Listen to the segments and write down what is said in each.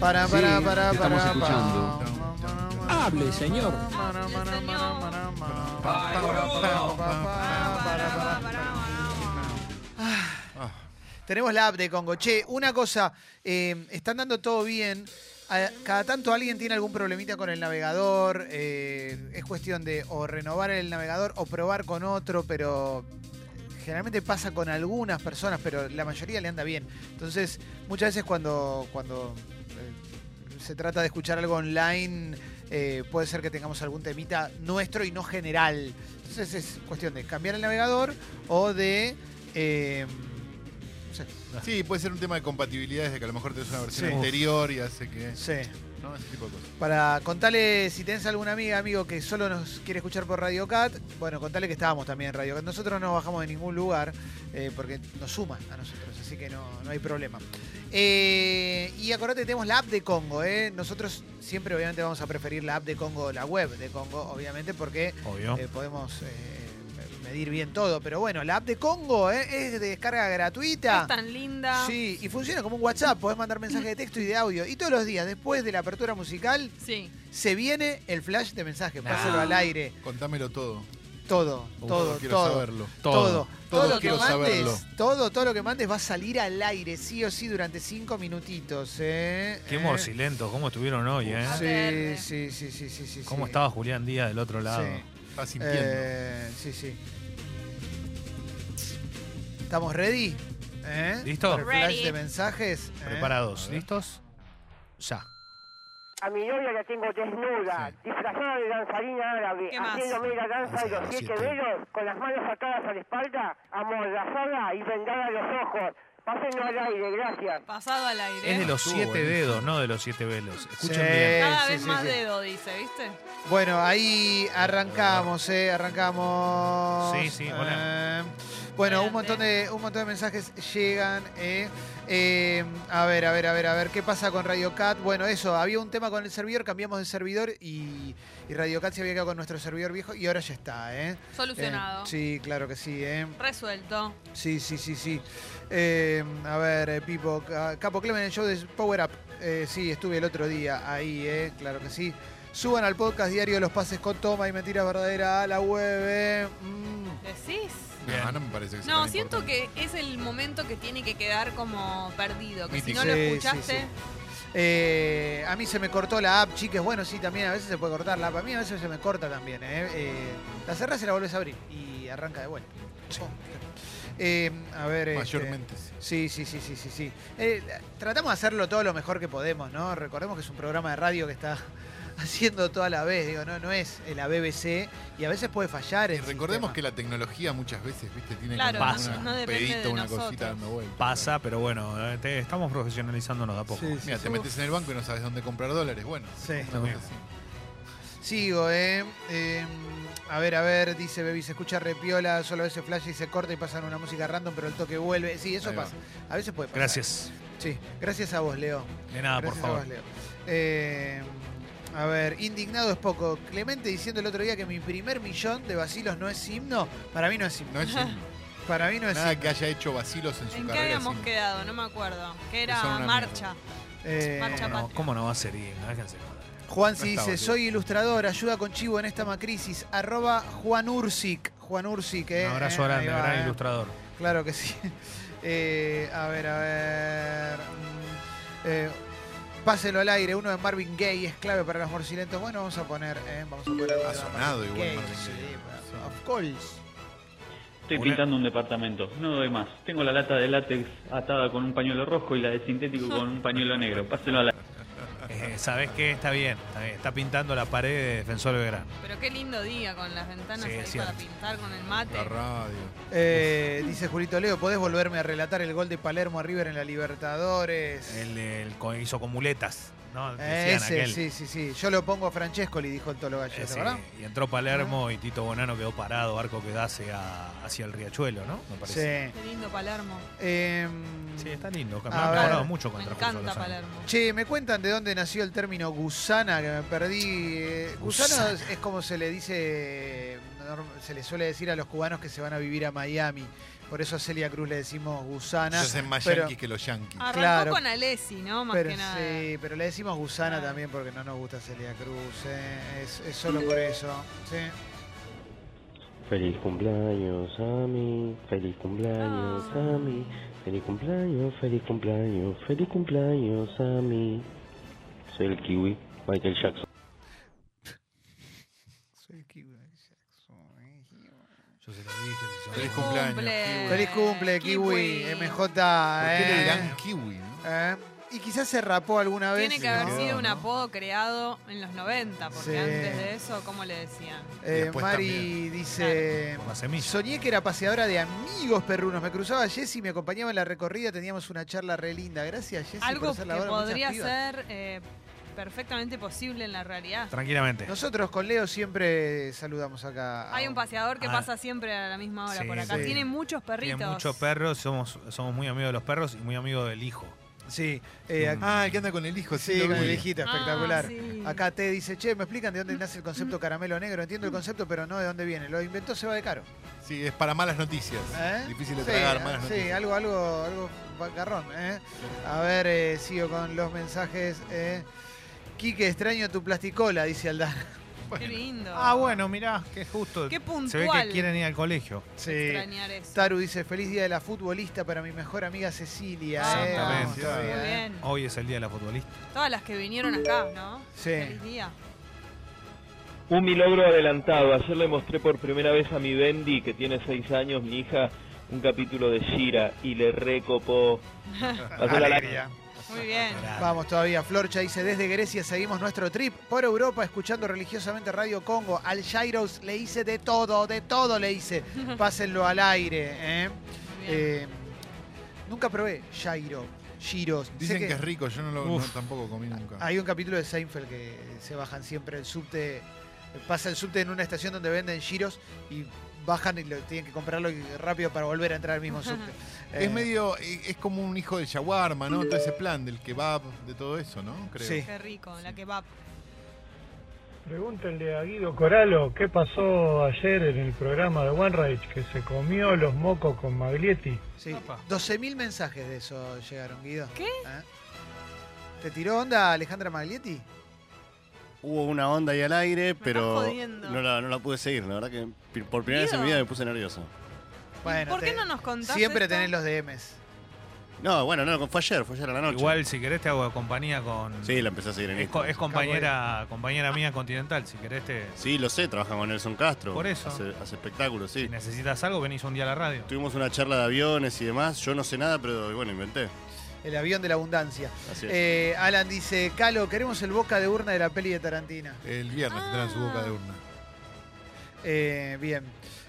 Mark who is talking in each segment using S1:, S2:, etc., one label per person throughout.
S1: Para,
S2: Sí,
S1: para, para,
S2: te
S1: para, Ah.
S2: estamos escuchando.
S1: para.
S3: Hable, señor.
S1: Tenemos la app de Congo. Che, una cosa, eh, están dando todo bien. A- Cada tanto alguien tiene algún problemita con el navegador. eh, es cuestión de o renovar el navegador o probar con otro, pero generalmente pasa con algunas personas, pero la mayoría le anda bien. Entonces, muchas veces cuando, cuando eh, se trata de escuchar algo online, eh, puede ser que tengamos algún temita nuestro y no general. Entonces es cuestión de cambiar el navegador o de... eh, no sé,
S4: Sí, puede ser un tema de compatibilidades, de que a lo mejor tenés una versión
S1: Sí.
S4: anterior y hace que...
S1: sí.
S4: ¿No? Ese tipo de cosas.
S1: Para contarle si tenés alguna amiga, amigo que solo nos quiere escuchar por Radio Cat, bueno, contale que estábamos también en Radio Cat. Nosotros no bajamos de ningún lugar eh, porque nos suma a nosotros, así que no, no hay problema. Eh, y acordate, tenemos la app de Congo, ¿eh? Nosotros siempre, obviamente, vamos a preferir la app de Congo, la web de Congo, obviamente, porque
S3: Obvio.
S1: eh, podemos eh, medir bien todo. Pero bueno, la app de Congo ¿eh? es de descarga gratuita.
S5: Es tan linda.
S1: Sí, y funciona como un WhatsApp, podés mandar mensajes de texto y de audio. Y todos los días, después de la apertura musical,
S5: Sí.
S1: se viene el flash de mensaje.
S3: Nah.
S1: Pásalo al aire.
S4: Contámelo todo.
S1: Todo, todo,
S4: quiero
S1: todo.
S4: saberlo.
S1: Todo.
S3: Todo.
S1: Todo
S4: Todo
S1: lo que
S4: quiero
S1: mandes,
S4: saberlo.
S1: todo, todo lo que mandes va a salir al aire, sí o sí, durante cinco minutitos, ¿eh?
S6: Qué
S1: ¿Eh?
S6: mocilentos, cómo estuvieron hoy, ¿eh?
S5: sí.
S1: Sí, sí, sí, sí, sí, sí.
S6: ¿Cómo
S1: sí.
S6: estaba Julián Díaz del otro lado?
S1: Sí.
S4: Estás sintiendo.
S1: Eh, sí, sí. ¿Estamos ready? ¿Eh?
S6: ¿Listo?
S1: Para el flash
S5: Ready.
S1: de mensajes. ¿eh?
S6: Preparados,
S4: A ver.
S6: ¿listos? Ya.
S7: A mi novia la tengo desnuda,
S4: Sí.
S7: disfrazada de danzarina árabe,
S5: ¿Qué más?
S7: haciéndome la danza de
S4: Danza de
S7: los
S4: los
S7: siete
S4: siete.
S7: dedos, con las manos atadas a la espalda, amordazada y vendada a los ojos. Pásenlo al aire, gracias.
S5: Pasado al aire.
S6: Es de los
S4: Estuvo
S6: siete
S4: buenísimo.
S6: dedos, no de los siete velos. Escuchen
S1: Sí.
S6: bien.
S5: Cada
S1: Sí,
S5: vez
S1: sí,
S5: más
S1: sí.
S5: dedo, dice, ¿viste?
S1: Bueno, ahí arrancamos, ¿eh? Arrancamos.
S6: Sí, sí, hola.
S1: Eh, bueno, un
S5: Adelante.
S1: montón, de, un montón de mensajes llegan, ¿eh? Eh, a ver, a ver, a ver, a ver, ¿qué pasa con Radio Cat? Bueno, eso, había un tema con el servidor, cambiamos de servidor y, y Radio Cat se había quedado con nuestro servidor viejo y ahora ya está, ¿eh?
S5: Solucionado.
S1: Eh, sí, claro que sí, ¿eh?
S5: Resuelto.
S1: Sí, sí, sí, sí. Eh, a ver, eh, Pipo, ca- Capo Clemen, el show de Power Up. Eh, sí, estuve el otro día ahí, eh, claro que sí. Suban al podcast diario Los Pases con Toma y Mentiras Verdaderas a la web. eh. Mm.
S5: ¿Decís?
S4: No, no me parece que sea
S5: No,
S4: tan
S5: siento
S4: importante.
S5: que es el momento que tiene que quedar como perdido. Que si
S4: Mítico.
S5: no lo
S1: Sí, sí,
S5: escuchaste,
S1: sí. Eh, a mí se me cortó la app, chiques. Bueno, sí, también a veces se puede cortar la app. A mí a veces se me corta también. eh. Eh, la cerrás y la volvés a abrir y arranca de vuelta. Oh. Eh, a ver. este,
S4: Mayormente
S1: Sí,
S4: sí.
S1: sí, sí, sí, sí, sí. Eh, la- tratamos de hacerlo todo lo mejor que podemos, ¿no? Recordemos que es un programa de radio que está haciendo toda la vez, digo, no, no es eh, la BBC y a veces puede fallar.
S4: Y
S1: el
S4: recordemos
S1: sistema.
S4: que la tecnología muchas veces, viste, tiene
S5: Claro,
S4: como
S6: no-
S4: una
S5: no depende
S4: pedita,
S5: de
S4: una
S5: nosotros.
S4: cosita dando vuelta.
S6: Pasa, pero bueno, eh, te- estamos profesionalizándonos de a poco.
S4: Mira, te metes en el banco y no sabes dónde comprar dólares. Bueno,
S1: Sí.
S4: una cosa así.
S1: Sigo, ¿eh? Eh, A ver, a ver, dice Baby, se escucha repiola, solo ese flash y se corta y pasan una música random, pero el toque vuelve. Sí, eso
S4: Ahí va.
S1: pasa. A veces puede pasar.
S6: Gracias.
S1: Sí, gracias a vos, Leo.
S6: De
S4: Ah,
S6: nada, por
S1: Gracias a
S6: favor.
S1: vos, Leo. Eh, a ver, indignado es poco. Clemente diciendo el otro día que mi primer millón de vacilos no es himno. Para mí no es himno.
S4: No es sin-
S1: Para mí no es
S4: nada
S1: himno.
S4: que haya hecho vacilos en su
S5: ¿en qué
S4: carrera.
S5: habíamos
S4: sin-
S5: quedado? No me acuerdo. Que era
S4: Eso era una
S5: marcha.
S1: Eh,
S5: Marcha
S6: No,
S5: patria.
S6: ¿Cómo no va a ser himno? Déjense joder.
S1: Juan
S4: No
S1: sí
S4: está
S1: dice,
S4: vacío.
S1: soy ilustrador, ayuda con Chivo en esta macrisis. Arroba Juan Ursic. Juan Ursic, eh.
S6: Un abrazo
S1: eh,
S6: grande,
S1: ahí va,
S6: gran
S1: eh.
S6: ilustrador.
S1: Claro que sí. Eh, a ver, a ver. Mm, eh, páselo al aire. Uno de Marvin Gaye es clave para los morcilentos. Bueno, vamos a poner. eh, vamos a poner algo
S4: Ha
S1: de
S4: sonado
S1: Marvin
S4: igual
S1: Gaye,
S4: Marvin
S1: sí,
S4: Gaye.
S1: pero- Of course.
S8: Estoy
S6: Una-
S8: pintando un departamento, no doy más. Tengo la lata de látex atada con un pañuelo rojo y la de sintético con un pañuelo negro. Pásenlo a la...
S6: Eh, ¿Sabés qué? Está bien, está bien. Está pintando la pared de Defensor Belgrano.
S5: Pero qué lindo día con las ventanas
S6: Sí,
S5: ahí
S6: es
S5: para
S6: cierto.
S5: pintar con el mate.
S4: La radio.
S1: Eh, dice Julito Leo, ¿podés volverme a relatar el gol de Palermo a River en la Libertadores?
S6: El, el co- hizo con muletas, ¿no?
S1: Eh,
S6: Decían
S1: ese,
S6: aquel.
S1: sí, sí, sí. Yo lo pongo a Francescoli, dijo el Tolo Gallo,
S6: Eh, sí,
S1: ¿verdad?
S6: Y entró Palermo y Tito Bonano quedó parado, arco que da hacia, hacia el riachuelo, ¿no? Me
S1: Sí.
S6: parece.
S5: Qué lindo Palermo.
S1: Em,
S6: Sí, está lindo. Me
S1: A
S6: ha
S1: ver.
S6: mejorado mucho
S5: Me
S6: contra Curso de
S5: encanta
S6: Los Andes.
S5: Palermo.
S1: Che, ¿me cuentan de dónde nació el término gusana que me perdí? Eh, Gusano es- es como se le dice, norm- se le suele decir a los cubanos que se van a vivir a Miami. Por eso a Celia Cruz le decimos gusana.
S4: Se hacen más
S1: pero-
S4: yanquis que los yanquis.
S5: Arrancó
S1: Claro.
S5: con Alessi, ¿no? Más
S1: pero
S5: que nada.
S1: sí, pero le decimos gusana
S5: Claro.
S1: también porque no nos gusta Celia Cruz. eh. Es, es solo por eso. sí.
S2: Feliz cumpleaños a mí, feliz cumpleaños a mí, feliz cumpleaños, feliz cumpleaños, feliz cumpleaños a mí. Soy el kiwi, Michael Jackson.
S6: Yo se lo dije. se lo
S4: Feliz
S6: dije.
S4: cumpleaños,
S5: Cumple.
S4: kiwi.
S1: Feliz cumple, Kiwi,
S5: Kiwi.
S1: MJ.
S4: ¿Por qué
S1: eh.
S4: le dirán kiwi? no?
S1: Eh, Y quizás se rapó alguna vez.
S5: Tiene que haber
S1: ¿no?
S5: sido
S4: ¿no?
S5: un apodo creado en los 90, porque
S1: Sí.
S5: antes de eso, ¿cómo le decían?
S1: Eh,
S4: Y después
S1: Mari
S4: también.
S1: dice.
S6: Con la semilla.
S1: Soñé que era paseadora de amigos perrunos. Me cruzaba Jessy, me acompañaba en la recorrida, teníamos una charla re linda. Gracias, Jessy, por
S5: Algo que
S1: hacer la hora de muchas
S5: podría
S1: pibas.
S5: ser eh, perfectamente posible en la realidad.
S6: Tranquilamente.
S1: Nosotros con Leo siempre saludamos acá. a
S5: Hay un paseador que
S6: Ah.
S5: pasa siempre a la misma hora
S6: Sí,
S5: por acá.
S1: sí.
S5: Tiene muchos perritos.
S6: Tiene muchos perros, somos, somos muy amigos de los perros y muy amigos del hijo.
S1: Sí, eh, acá-
S4: Ah, el que anda con el hijo.
S1: sí,
S4: lo
S1: con
S4: vi.
S1: el hijito,
S5: Ah,
S1: espectacular.
S5: sí.
S1: Acá te dice, che, me explican de dónde nace el concepto caramelo negro. Entiendo el concepto, pero no de dónde viene. Lo inventó Seba de Caro.
S4: Sí, es para malas noticias.
S1: ¿Eh?
S4: Difícil de
S1: Sí,
S4: tragar, malas
S1: Sí,
S4: noticias.
S1: algo, algo, algo bacarrón, ¿eh? A ver, eh, sigo con los mensajes. Eh. Quique, extraño tu plasticola, dice Aldana.
S5: Qué lindo.
S6: Ah, bueno, mirá, que justo.
S5: Qué
S6: Se ve que
S5: puntual.
S6: quieren ir al colegio.
S1: Sí.
S5: Extrañar eso.
S1: Taru dice, feliz día de la futbolista para mi mejor amiga Cecilia. eh.
S6: Exactamente.
S1: Vamos
S5: Ah, Muy
S1: todavía, eh.
S5: bien.
S6: Hoy es el día de la futbolista.
S5: Todas las que vinieron acá, ¿no?
S1: Sí.
S5: Feliz día.
S3: Un milagro adelantado. Ayer le mostré por primera vez a mi Bendy, que tiene seis años, mi hija, un capítulo de Shira y le recopó. Pasó la
S1: Alegría.
S5: Muy bien.
S1: Vamos todavía, Florcha dice, desde Grecia seguimos nuestro trip por Europa escuchando religiosamente Radio Congo. Al Gyros le hice de todo, de todo le hice. Pásenlo al aire. ¿eh?
S5: Muy bien.
S1: Eh, nunca probé Jairo, Giros. Sé
S4: Dicen que... es rico, yo no lo no,
S6: Uf.
S4: tampoco comí nunca.
S1: Hay un capítulo de Seinfeld que se bajan siempre el subte, pasa el subte en una estación donde venden giros y bajan y lo, tienen que comprarlo y- rápido para volver a entrar al mismo subte. Eh,
S4: Es medio, es es como un hijo del shawarma, ¿no? Todo ese plan del kebab, de todo eso, ¿no? Creo.
S1: Sí.
S5: Qué rico, la que va.
S9: Pregúntenle a Guido Coralo qué pasó ayer en el programa de One Rage, que se comió los mocos con Maglietti.
S1: Sí.
S6: Apa.
S1: 12.000 mensajes de eso llegaron, Guido.
S5: ¿Qué?
S1: ¿Eh? ¿Te tiró onda Alejandra Maglietti?
S2: Hubo una onda ahí al aire, pero
S5: jodiendo.
S2: no la, no la pude seguir. La verdad que pi- por primera vez en mi
S5: Guido.
S2: vida me puse nervioso.
S1: Bueno,
S5: ¿Por qué
S1: te-
S5: no nos contás
S1: Siempre
S5: esto?
S1: tenés los DMs.
S2: No, bueno, no, fue ayer, fue ayer a la noche.
S6: Igual, si querés, te hago compañía con.
S2: Sí, la empecé a seguir en
S6: es, co-
S2: Instagram.
S6: es compañera, compañera mía continental. Si querés, te.
S2: Sí, lo sé, trabaja con Nelson Castro.
S6: Por eso.
S2: Hace, hace espectáculos,
S6: Si
S2: sí.
S6: necesitas algo, venís un día a la radio.
S2: Tuvimos una charla de aviones y demás. Yo no sé nada, pero bueno, inventé.
S1: El avión de la abundancia.
S2: Así es.
S1: Eh, Alan dice, Calo, queremos el boca de urna de la peli de Tarantino.
S4: El viernes tendrán su boca de urna.
S1: Eh, bien,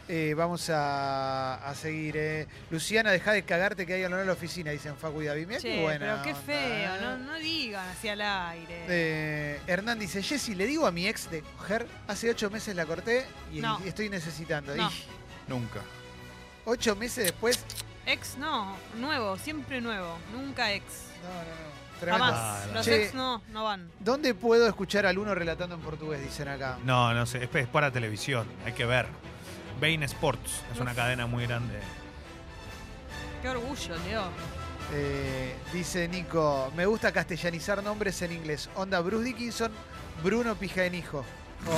S1: Eh, vamos a, a seguir. eh. Luciana, deja de cagarte que hay olor a la oficina, dicen Facu y David. Mirá qué
S5: Che,
S1: buena
S5: pero qué
S1: onda,
S5: feo,
S1: eh.
S5: no, no digan así al aire.
S1: Eh, Hernán dice, Jessy, le digo a mi ex de mujer, hace ocho meses la corté y
S5: No.
S1: y estoy necesitando.
S5: No.
S1: Y
S4: Nunca.
S1: ocho meses después,
S5: Ex no, nuevo, siempre nuevo, nunca ex.
S1: no, no, no. Tremendo.
S5: Jamás,
S6: Claro.
S5: los
S1: Che.
S5: ex no, no van.
S1: ¿Dónde puedo escuchar al uno relatando en portugués? Dicen acá.
S6: No, no sé. Es, es para televisión. Hay que ver. Bain Sports es una cadena muy grande.
S5: Qué orgullo, Leo.
S1: Eh, dice Nico, me gusta castellanizar nombres en inglés. Onda Bruce Dickinson, Bruno Pijanijo. O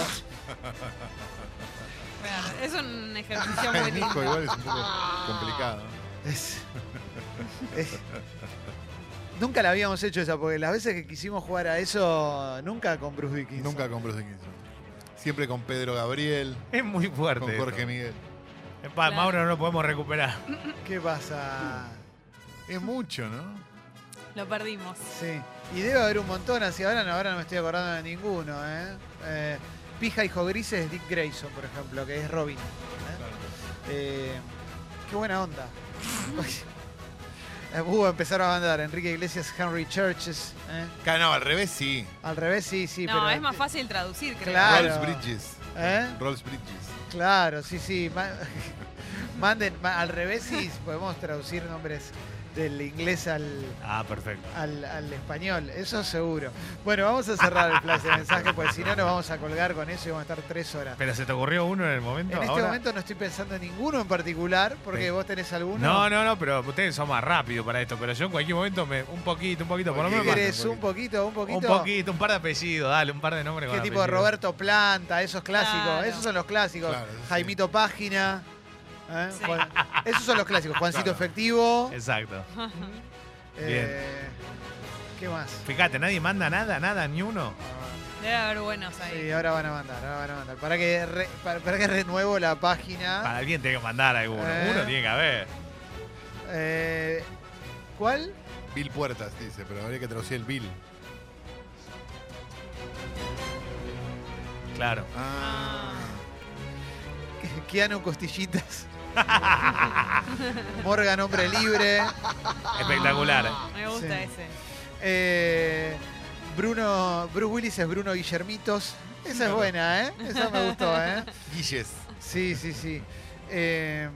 S5: Real, Es un ejercicio muy
S4: El
S5: lindo.
S4: hijo igual es un poco complicado.
S1: Es- es- nunca la habíamos hecho esa, porque las veces que quisimos jugar a eso, nunca con Bruce Dickinson.
S4: Nunca con Bruce Dickinson. Siempre con Pedro Gabriel,
S6: Es muy fuerte.
S4: con Jorge
S6: esto.
S4: Miguel.
S6: Epa, Mauro no lo podemos recuperar.
S1: ¿Qué pasa?
S4: Es mucho, ¿no?
S5: Lo perdimos.
S1: Sí. Y debe haber un montón, así ahora, no- ahora no me estoy acordando de ninguno. ¿eh? Eh, Pija Hijo Grises es Dick Grayson, por ejemplo, que es Robin. ¿eh? Eh, qué buena onda. Eh, Uh, empezaron a mandar Enrique Iglesias, Henry Churches. ¿eh?
S4: Ca- No, al revés sí.
S1: Al revés, sí, sí.
S5: no,
S1: pero
S5: es más fácil traducir, creo.
S1: Claro.
S4: Rolls Bridges.
S1: ¿Eh?
S4: Rolls Bridges.
S1: Claro, sí, sí. ma- Manden, ma- al revés sí podemos traducir nombres del inglés al,
S6: Ah, perfecto.
S1: al, al español, eso seguro. Bueno, vamos a cerrar el flash de mensaje, porque si no nos vamos a colgar con eso y vamos a estar tres horas.
S6: ¿Pero se te ocurrió uno en el momento?
S1: en este
S6: ahora?
S1: momento no estoy pensando en ninguno en particular, porque
S6: Sí.
S1: vos tenés alguno.
S6: No, no, no, pero ustedes son más rápidos para esto. Pero yo en cualquier momento, me, un poquito, un poquito, por lo
S1: ¿Qué
S6: menos.
S1: querés? Un poquito, un poquito.
S6: Un poquito, un par de apellidos, dale, un par de nombres.
S1: ¿Qué
S6: con
S1: tipo de
S6: apellidos.
S1: Roberto Planta? Esos clásicos.
S5: Claro.
S1: Esos son los clásicos.
S4: Claro, sí.
S1: Jaimito Página. ¿eh?
S5: Sí.
S1: Juan- Esos son los clásicos. Juancito
S4: Claro.
S1: Efectivo.
S6: Exacto.
S1: eh, ¿Qué más?
S6: Fíjate, nadie manda nada, nada, ni uno.
S5: Debe haber buenos ahí.
S1: Sí, ahora van a mandar, ahora van a mandar. Para que, re- para, para que renuevo la página.
S6: Para alguien tiene que mandar alguno.
S1: Ah. Eh.
S6: Uno tiene que haber.
S1: Eh, ¿Cuál?
S4: Bill Puertas dice, pero habría que traducir el Bill.
S6: Claro.
S4: Ah.
S1: Keanu Costillitas. Morgan Hombre Libre. Ah.
S6: Espectacular.
S5: Ah, Me gusta
S1: Sí.
S5: ese.
S1: Eh, Bruno, Bruce Willis es Bruno Guillermitos. Esa es buena, ¿eh? Esa me gustó, ¿eh?
S4: Guilles.
S1: Sí, sí, sí. Eh,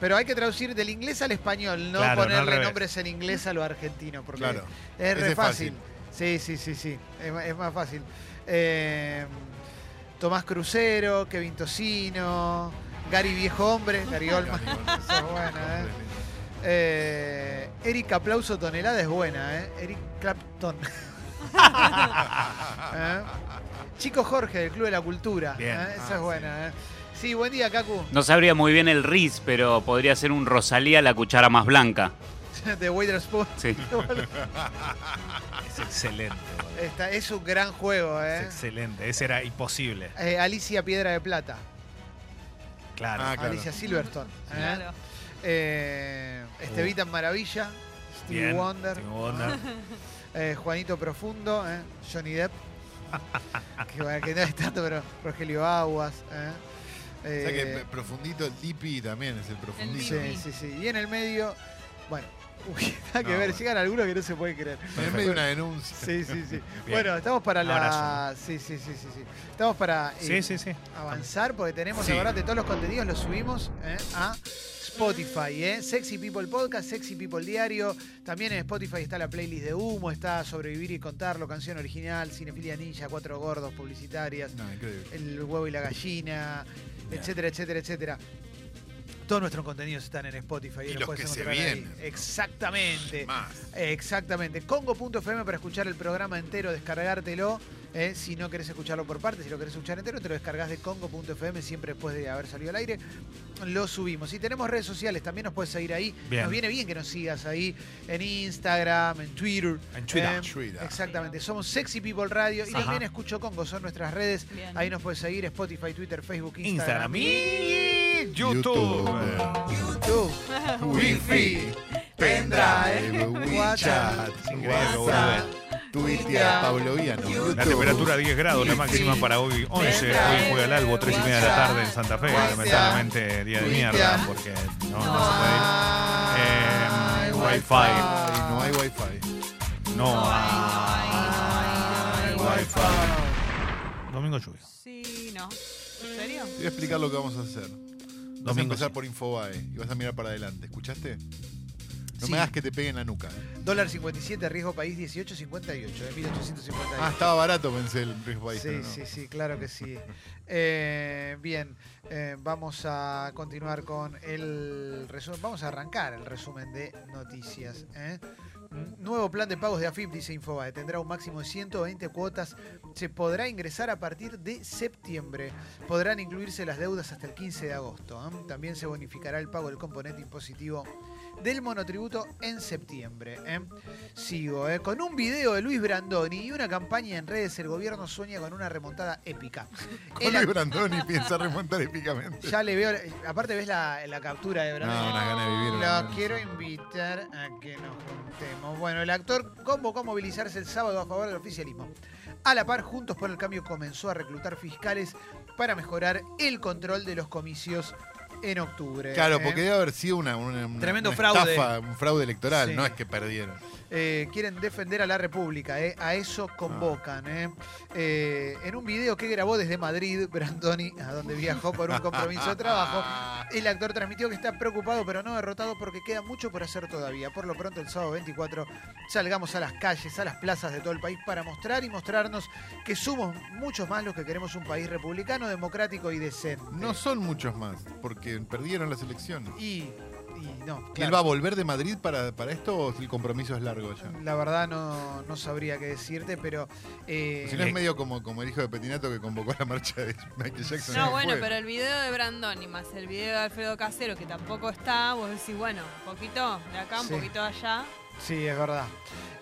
S1: pero hay que traducir del inglés al español, no
S6: Claro, no al
S1: ponerle
S6: revés.
S1: nombres en inglés a lo argentino, porque
S4: Claro.
S1: es
S4: Ese
S1: re
S4: es
S1: fácil.
S4: fácil.
S1: Sí, sí, sí, sí. Es, ma- es más fácil. Eh, Tomás Crucero, Kevin Tocino, Gary Viejo Hombre, Gary Olman. Esa es buena, ¿eh? Eh, Eric Aplauso Tonelada es buena, ¿eh? Eric Clapton. ¿Eh? Chico Jorge, del Club de la Cultura.
S6: Bien.
S1: ¿eh? Esa es buena, ¿eh? Sí, buen día, Cacu.
S10: No sabría muy bien el RIS, pero podría ser un Rosalía la cuchara más blanca.
S1: de Waiter
S10: Sí.
S6: Es excelente. boludo.
S1: es un gran juego,
S6: Es
S1: Ah. ¿eh?
S6: excelente. Ese era imposible.
S1: Eh, Alicia Piedra de Plata.
S6: Claro.
S4: Ah, claro.
S1: Alicia Silverstone. ¿eh?
S5: Claro.
S1: Eh, Estevita
S4: Uh.
S1: en Maravilla. Stevie
S6: Bien.
S1: Wonder.
S6: Stevie Wonder.
S1: Eh, Juanito Profundo. ¿eh? Johnny Depp. que, bueno, que no es tanto, pero Rogelio Aguas. ¿eh?
S4: O sea que
S1: Eh,
S4: el profundito, el Dipi también es el profundito.
S5: Dipi.
S1: Sí, sí, sí. Y en el medio, bueno, uy, nada que
S4: No,
S1: ver,
S4: bueno.
S1: llegan algunos que no se puede creer.
S4: En medio de una denuncia.
S1: Sí, sí, sí. bueno, estamos para la.
S6: Abrazo.
S1: Sí, sí, sí, sí, sí. Estamos para eh,
S6: Sí, sí, sí.
S1: avanzar porque tenemos,
S6: Sí.
S1: acordate, todos los contenidos los subimos eh, a Spotify, eh. Sexy People Podcast, Sexy People Diario. También en Spotify está la playlist de humo, está Sobrevivir y Contarlo, canción original, Cinefilia Ninja, Cuatro Gordos, Publicitarias.
S4: No, increíble.
S1: el huevo y la gallina, etcétera, etcétera, etcétera. Todos nuestros contenidos están en Spotify.
S4: Y
S1: los
S4: los
S1: puedes
S4: que se
S1: encontrar ahí.
S4: vienen.
S1: Exactamente.
S4: Más.
S1: Exactamente. Congo.fm para escuchar el programa entero, descargártelo. eh, si no querés escucharlo por partes, si lo querés escuchar entero, te lo descargas de Congo.fm siempre después de haber salido al aire. Lo subimos. Y tenemos redes sociales, también nos puedes seguir ahí.
S6: Bien.
S1: Nos viene bien que nos sigas ahí en Instagram, en Twitter.
S6: En Twitter.
S1: eh,
S4: Twitter.
S1: Exactamente. Somos Sexy People Radio y
S6: Ajá.
S1: también Escucho Congo, son nuestras redes.
S5: Bien.
S1: Ahí nos puedes seguir, Spotify, Twitter, Facebook, Instagram.
S6: Instagram y YouTube.
S1: YouTube.
S4: Wi-Fi.
S1: Pendrive,
S4: WeChat.
S6: Increíble,
S4: WhatsApp. Twitter. Pabloviano.
S6: La temperatura 10 grados, la máxima para hoy 11. Hoy juega el Albo, 3 y media de la tarde en Santa Fe. Lamentablemente, día de mierda, porque no, no se puede ir.
S1: Ah,
S6: Eh,
S1: hay
S6: Wi-Fi.
S4: Y
S1: Wi-Fi.
S4: no hay Wi-Fi.
S6: No
S5: Ay,
S6: hay
S5: no hay
S6: wifi. Domingo lluvia.
S5: Sí, no. ¿En serio?
S4: Te voy a explicar lo que vamos a hacer. Vas a
S6: Domingo
S4: empezar
S6: sí.
S4: por Infobae y vas a mirar para adelante. ¿Escuchaste? No
S1: Sí.
S4: me hagas que te peguen la nuca. eh.
S1: Dólar 57, riesgo país 1858, de 1858.
S4: Ah, estaba barato, pensé el riesgo país.
S1: Sí,
S4: pero no.
S1: sí, sí, claro que sí. Eh, bien, eh, vamos a continuar con el resumen. Vamos a arrancar el resumen de noticias. ¿eh? Mm, Nuevo plan de pagos de AFIP, dice Infobae. Tendrá un máximo de 120 cuotas. Se podrá ingresar a partir de septiembre. Podrán incluirse las deudas hasta el 15 de agosto. ¿eh? También se bonificará el pago del componente impositivo del monotributo en septiembre. ¿eh? Sigo, ¿eh? con un video de Luis Brandoni y una campaña en redes, el gobierno sueña con una remontada épica.
S4: Con
S1: El
S4: Luis
S1: ac-
S4: Brandoni piensa remontar épicamente.
S1: ya le veo, eh, aparte ves la, la captura de
S4: No,
S1: Brandoni.
S4: unas ganas de vivir.
S1: Lo
S4: boludo.
S1: quiero invitar a que nos juntemos. Bueno, el actor convocó a movilizarse el sábado a favor del oficialismo. A la par, Juntos por el Cambio comenzó a reclutar fiscales para mejorar el control de los comicios en octubre.
S4: Claro,
S1: ¿eh?
S4: porque debe haber sido una, una- una-
S1: Tremendo
S4: una
S1: fraude.
S4: estafa, un fraude electoral,
S1: Sí.
S4: no es que perdieron.
S1: Eh, quieren defender a la República, eh. a eso convocan. eh. Ah, Eh, en un video que grabó desde Madrid, Brandoni, a donde viajó por un compromiso de trabajo, El actor transmitió que está preocupado pero no derrotado porque queda mucho por hacer todavía. Por lo pronto el sábado 24 salgamos a las calles, a las plazas de todo el país para mostrar y mostrarnos que somos muchos más los que queremos un país republicano, democrático y decente.
S4: No son muchos más, porque perdieron las elecciones.
S1: Y, y no,
S4: ¿Él
S1: claro.
S4: va a volver de Madrid para, para esto o el compromiso es largo ya?
S1: La verdad no, no sabría qué decirte, pero... eh,
S4: Pues Si no es medio como, como el hijo de Petinato que convocó la marcha de Michael Jackson.
S5: No,
S4: en
S5: bueno,
S4: Puebla.
S5: pero el video de Brandoni más el video de Alfredo Casero, que tampoco está, vos decís, bueno, un poquito de acá, un
S1: Sí.
S5: poquito de allá.
S1: Sí, es verdad.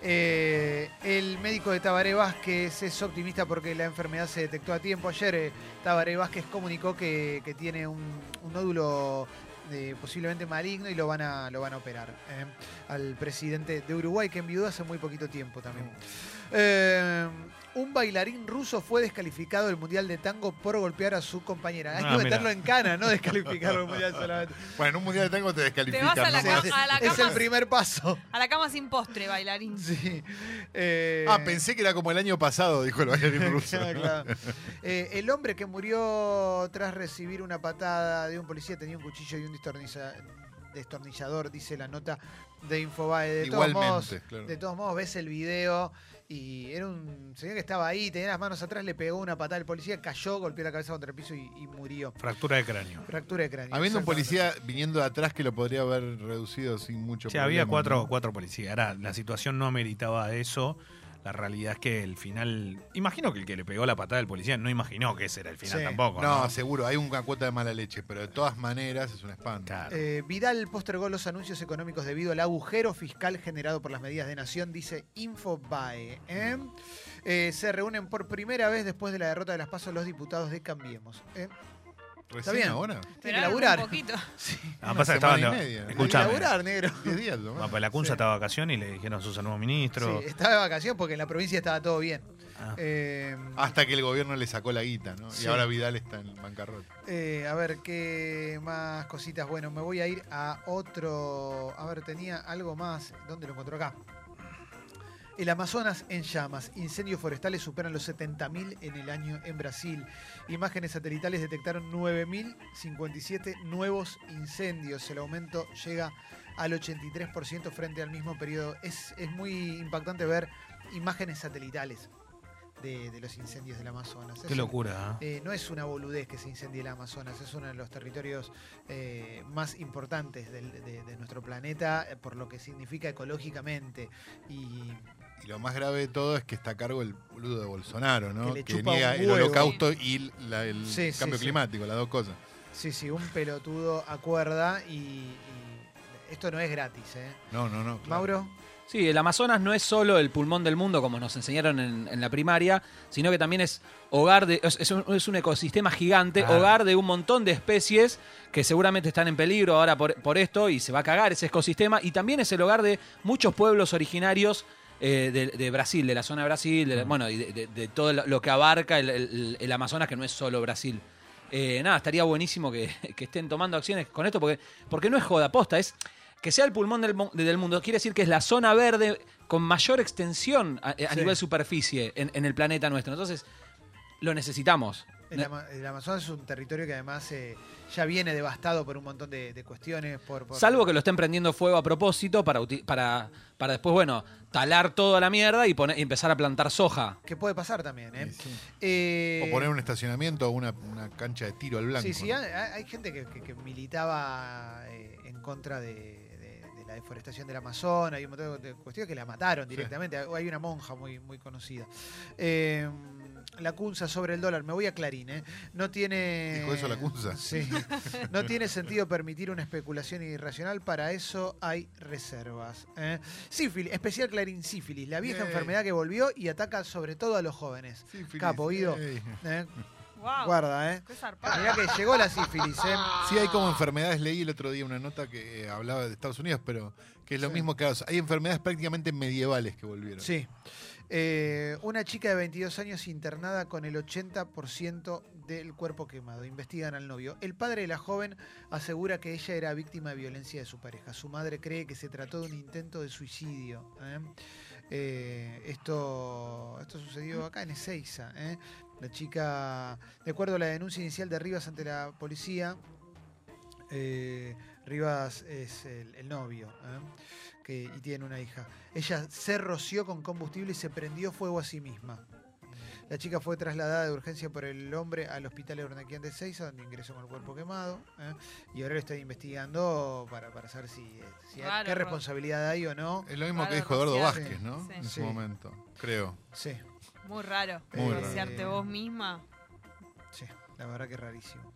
S1: Eh, el médico de Tabaré Vázquez es optimista porque la enfermedad se detectó a tiempo. Ayer eh, Tabaré Vázquez comunicó que, que tiene un, un nódulo eh, posiblemente maligno y lo van a, lo van a operar eh, al presidente de Uruguay que enviudó hace muy poquito tiempo también. Eh, un bailarín ruso fue descalificado del Mundial de Tango por golpear a su compañera. Hay
S6: Ah,
S1: que
S6: mira.
S1: meterlo en cana, no descalificarlo del Mundial solamente.
S4: Bueno, en un mundial de tango te descalifican.
S5: Te vas a la
S4: ¿no?
S5: ca- a la
S1: es el
S5: cama,
S1: primer paso.
S5: a la cama sin postre, bailarín.
S1: Sí. Eh,
S4: Ah, pensé que era como el año pasado, dijo el bailarín ruso.
S1: Claro, claro. Eh, el hombre que murió tras recibir una patada de un policía tenía un cuchillo y un destorniza- destornillador, dice la nota de Infobae. De
S4: Igualmente,
S1: todos modos,
S4: claro.
S1: de todos modos ves el video y era un señor que estaba ahí, tenía las manos atrás, le pegó una patada al policía, cayó, golpeó la cabeza contra el piso y, y murió.
S6: Fractura de cráneo.
S1: Fractura de cráneo.
S4: Habiendo un
S1: exactamente.
S4: policía viniendo de atrás que lo podría haber reducido sin mucho
S6: Sí,
S1: Este
S6: había
S4: problema,
S6: cuatro,
S4: ¿no?
S6: cuatro policías. Ahora, la situación no ameritaba eso. La realidad es que el final. Imagino que el que le pegó la patada al policía no imaginó que ese era el final
S1: Sí.
S6: tampoco.
S4: No,
S6: No,
S4: seguro, hay una cuota de mala leche, pero de todas maneras es un espanto.
S6: Claro.
S1: Eh, Vidal postergó los anuncios económicos debido al agujero fiscal generado por las medidas de nación, dice Infobae. ¿eh? Eh, se reúnen por primera vez después de la derrota de las pasos los diputados de Cambiemos. ¿eh?
S4: ¿Recién
S1: Está bien.
S4: ahora?
S1: Tiene que
S5: Esperaron
S1: laburar.
S5: Un poquito.
S1: Sí.
S6: Ah, pasa que
S4: Una
S6: estaban.
S4: semana y media.
S1: Hay que
S6: Escuchame.
S1: laburar, negro.
S4: 10 días, lo más.
S6: Ah, pues la Cunza
S1: Sí.
S6: estaba de vacaciones y le dijeron a su nuevo ministro.
S1: Sí, estaba de vacación porque en la provincia estaba todo bien.
S6: Ah.
S1: Eh,
S4: Hasta que el gobierno le sacó la guita, ¿no?
S1: Sí.
S4: Y ahora Vidal está en bancarrota.
S1: eh, a ver, ¿qué más cositas? Bueno, me voy a ir a otro... A ver, tenía algo más. ¿Dónde lo encontró acá? El Amazonas en llamas. Incendios forestales superan los 70.000 en el año en Brasil. Imágenes satelitales detectaron 9.057 nuevos incendios. El aumento llega al 83% frente al mismo periodo. Es, es muy impactante ver imágenes satelitales de, de los incendios del Amazonas.
S6: Qué
S1: Es-
S6: locura. ¿eh?
S1: eh, no es una boludez que se incendie el Amazonas, es uno de los territorios eh, más importantes del- de, de nuestro planeta eh, por lo que significa ecológicamente. Y
S4: Y lo más grave de todo es que está a cargo el boludo de Bolsonaro, ¿no?
S1: Que le
S4: Que,
S1: chupa
S4: niega
S1: un
S4: el
S1: huevo.
S4: holocausto y la- el
S1: Sí, sí,
S4: cambio
S1: sí.
S4: climático, las dos cosas.
S1: sí, sí, un pelotudo acuerda y, y esto no es gratis, ¿eh?
S4: No, no, no. claro.
S1: Mauro,
S11: Sí, el Amazonas no es solo el pulmón del mundo, como nos enseñaron en, en la primaria, sino que también es hogar de. es, es un, es un ecosistema gigante,
S6: Claro.
S11: hogar de un montón de especies que seguramente están en peligro ahora por, por esto y se va a cagar ese ecosistema. Y también es el hogar de muchos pueblos originarios. eh, de, de Brasil, de la zona de Brasil, de la- bueno, y de, de- de todo lo- lo que abarca el, el- el Amazonas, que no es solo Brasil. Eh, nada, estaría buenísimo que, que estén tomando acciones con esto, porque, porque no es joda posta, es que sea el pulmón del, mu- del mundo. Quiere decir que es la zona verde con mayor extensión a, a
S1: Sí.
S11: nivel superficie en, en el planeta nuestro. Entonces, lo necesitamos.
S1: el, Ama- el Amazonas es un territorio que además eh, ya viene devastado por un montón de, de cuestiones. Por, por-
S11: Salvo que lo estén prendiendo fuego a propósito para, uti- para, ah, para después, bueno, talar toda la mierda y, poner, y empezar a plantar soja.
S1: Que puede pasar también, ¿eh?
S4: Sí, sí.
S1: Eh,
S4: O poner un estacionamiento o una, una cancha de tiro al blanco.
S1: Sí, sí,
S4: ¿no?
S1: hay, hay- hay gente que, que- que militaba eh, en contra de, de- de la deforestación del Amazonas y un montón de cuestiones que la mataron directamente. Hay una monja muy, muy conocida. Eh, la cunza sobre el dólar, me voy a Clarín, ¿eh? No tiene.
S4: Dijo eso la Kunza.
S1: Sí. No tiene sentido permitir una especulación irracional, para eso hay reservas. ¿eh? Sífilis, especial Clarín sífilis, la vieja
S4: Yay.
S1: enfermedad que volvió y ataca sobre todo a los jóvenes.
S4: Sí, Feliz.
S1: Capo, oído.
S4: Ey.
S1: ¿eh?
S5: Wow,
S1: Guarda, ¿eh?
S5: qué zarpado.
S1: Mirá que llegó la sífilis, ¿eh?
S4: Sí, hay como enfermedades. Leí el otro día una nota que eh, hablaba de Estados Unidos, pero que es lo
S1: Sí.
S4: mismo que hay enfermedades prácticamente medievales que volvieron.
S1: Sí. Eh, una chica de 22 años internada con el 80% del cuerpo quemado. Investigan al novio. El padre de la joven asegura que ella era víctima de violencia de su pareja. Su madre cree que se trató de un intento de suicidio. ¿eh? Eh, esto, esto sucedió acá en Ezeiza. ¿eh? La chica, de acuerdo a la denuncia inicial de Rivas ante la policía, eh, Rivas es el, el novio ¿eh? que, y tiene una hija. Ella se roció con combustible y se prendió fuego a sí misma. La chica fue trasladada de urgencia por el hombre al hospital Hernández de Seiza, donde ingresó con el cuerpo quemado. ¿eh? Y ahora lo está investigando para, para saber si, eh, si hay-
S5: Claro,
S1: qué
S5: Ro-
S1: responsabilidad hay o no.
S4: Es lo mismo
S5: Claro,
S4: que dijo Eduardo
S5: rociar.
S4: Vázquez, ¿no?
S5: Sí.
S4: En
S1: Sí.
S4: su momento, creo.
S1: Sí,
S5: Muy raro.
S4: Muy raro.
S5: Rociarte vos misma.
S1: sí, la verdad que rarísimo.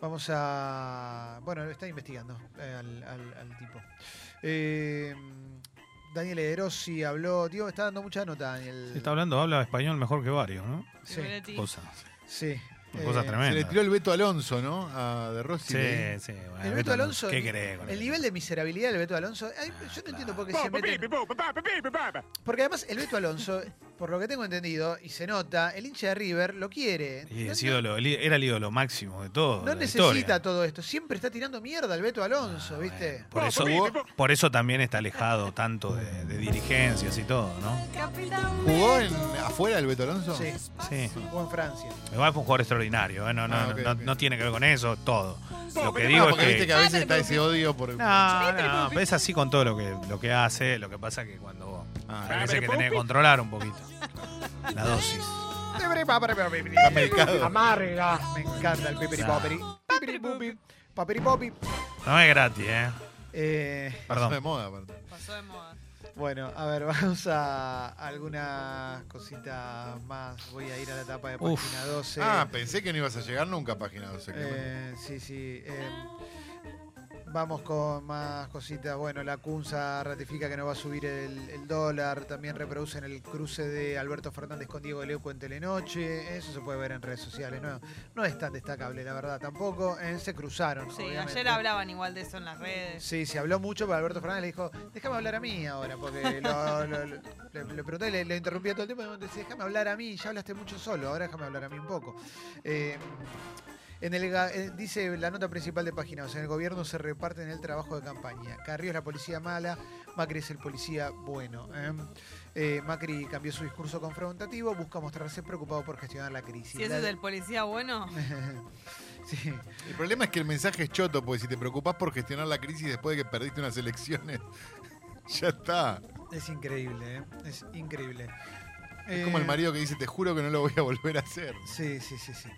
S1: Vamos a. Bueno, lo está investigando eh, al, al- al tipo. Eh, Daniel Ederossi habló. Tío, está dando mucha nota, Daniel.
S6: Está hablando, habla español mejor que varios, ¿no?
S1: Sí,
S5: Fibretti.
S6: Cosa.
S1: sí.
S6: Una cosa
S1: Eh,
S6: tremenda.
S4: Se le tiró el Beto Alonso, ¿no? A De Rossi.
S6: Sí,
S4: le-
S6: sí. bueno,
S1: El Beto
S6: Beto,
S1: Alonso.
S6: ¿Qué crees? con
S1: El
S6: él? Ah,
S1: nivel de miserabilidad del Beto Alonso. ay, yo no entiendo por qué se meten. Porque además el Beto Alonso, por lo que tengo entendido, y se nota, el hincha de River lo quiere.
S6: Y
S1: No-
S6: es
S1: no-
S6: ídolo, el í- era el ídolo máximo de todo.
S1: no
S6: de la
S1: necesita
S6: historia. Ah,
S1: todo esto. Siempre está tirando mierda el Beto Alonso, ¿viste?
S6: Por eso,
S4: jugó,
S6: por eso también está alejado tanto de, de dirigencias y todo, ¿no?
S4: jugó en, afuera el Beto Alonso?
S1: Sí,
S6: Sí.
S1: jugó en Francia.
S6: Igual fue un jugador extraordinario, ¿eh? no, no,
S4: Ah,
S6: no-
S4: ok,
S6: no,
S4: ok.
S6: no tiene que ver con eso, todo. Lo que
S4: Ah,
S6: digo es
S4: porque viste
S6: que.
S4: que a veces está ese odio por.
S6: No, no, pero es así con todo lo que, lo que hace, lo que pasa que cuando vos-
S4: Ah.
S6: a veces que tenés que controlar un poquito. La dosis.
S4: picado.
S1: Amarga. Me encanta el piperipoperi. Pipiripupi, papiripopi.
S6: No es gratis, ¿eh?
S1: Eh,
S4: Pasó de
S6: Perdón.
S4: moda, aparte.
S5: Pasó de moda.
S1: bueno, a ver, vamos a algunas cositas más. Voy a ir a la etapa de
S6: Uf.
S1: página 12.
S4: Ah, pensé que no ibas a llegar nunca a página 12. Clemente.
S1: Eh, sí, sí. eh, vamos con más cositas. Bueno, la CUNSA ratifica que no va a subir el, el dólar. También reproducen el cruce de Alberto Fernández con Diego Leuco en Telenoche. Eso se puede ver en redes sociales. No, no es tan destacable, la verdad, tampoco. Eh, se cruzaron.
S5: Sí,
S1: obviamente.
S5: ayer hablaban igual de eso en las redes.
S1: Sí, se habló mucho, pero Alberto Fernández le dijo, déjame hablar a mí ahora, porque lo, lo- lo- le, le pregunté, le, le interrumpía todo el tiempo, y me decía, déjame hablar a mí, ya hablaste mucho solo, ahora déjame hablar a mí un poco. Eh, en el, ga- eh, dice la nota principal de Página 12, en el gobierno se reparten el trabajo de campaña. Carrió es la policía mala, Macri es el policía bueno. ¿eh? Eh, Macri cambió su discurso confrontativo, busca mostrarse preocupado por gestionar la crisis.
S5: Si ese
S1: La-
S5: es el policía bueno,
S1: Sí.
S4: El problema es que el mensaje es choto, porque si te preocupás por gestionar la crisis después de que perdiste unas elecciones, ya está.
S1: Es increíble, ¿eh? es increíble. Eh,
S4: Es como el
S1: marido
S4: marido que dice, te juro que no lo voy a volver a hacer.
S1: Sí, sí, sí, sí.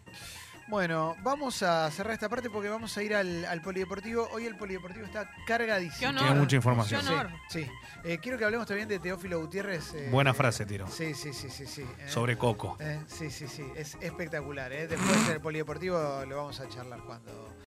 S1: Bueno, vamos a cerrar esta parte porque vamos a ir al, al polideportivo. Hoy el polideportivo está cargadísimo.
S5: Qué honor.
S6: Tiene mucha información.
S5: Qué honor.
S1: Sí, sí. Eh, quiero que hablemos también de Teófilo Gutiérrez. eh,
S6: Buena
S1: eh,
S6: frase, tiro.
S1: Sí, sí, sí, sí, sí. eh.
S6: Sobre Coco.
S1: Eh, sí, sí, sí. Es espectacular. eh. Después del polideportivo lo vamos a charlar cuando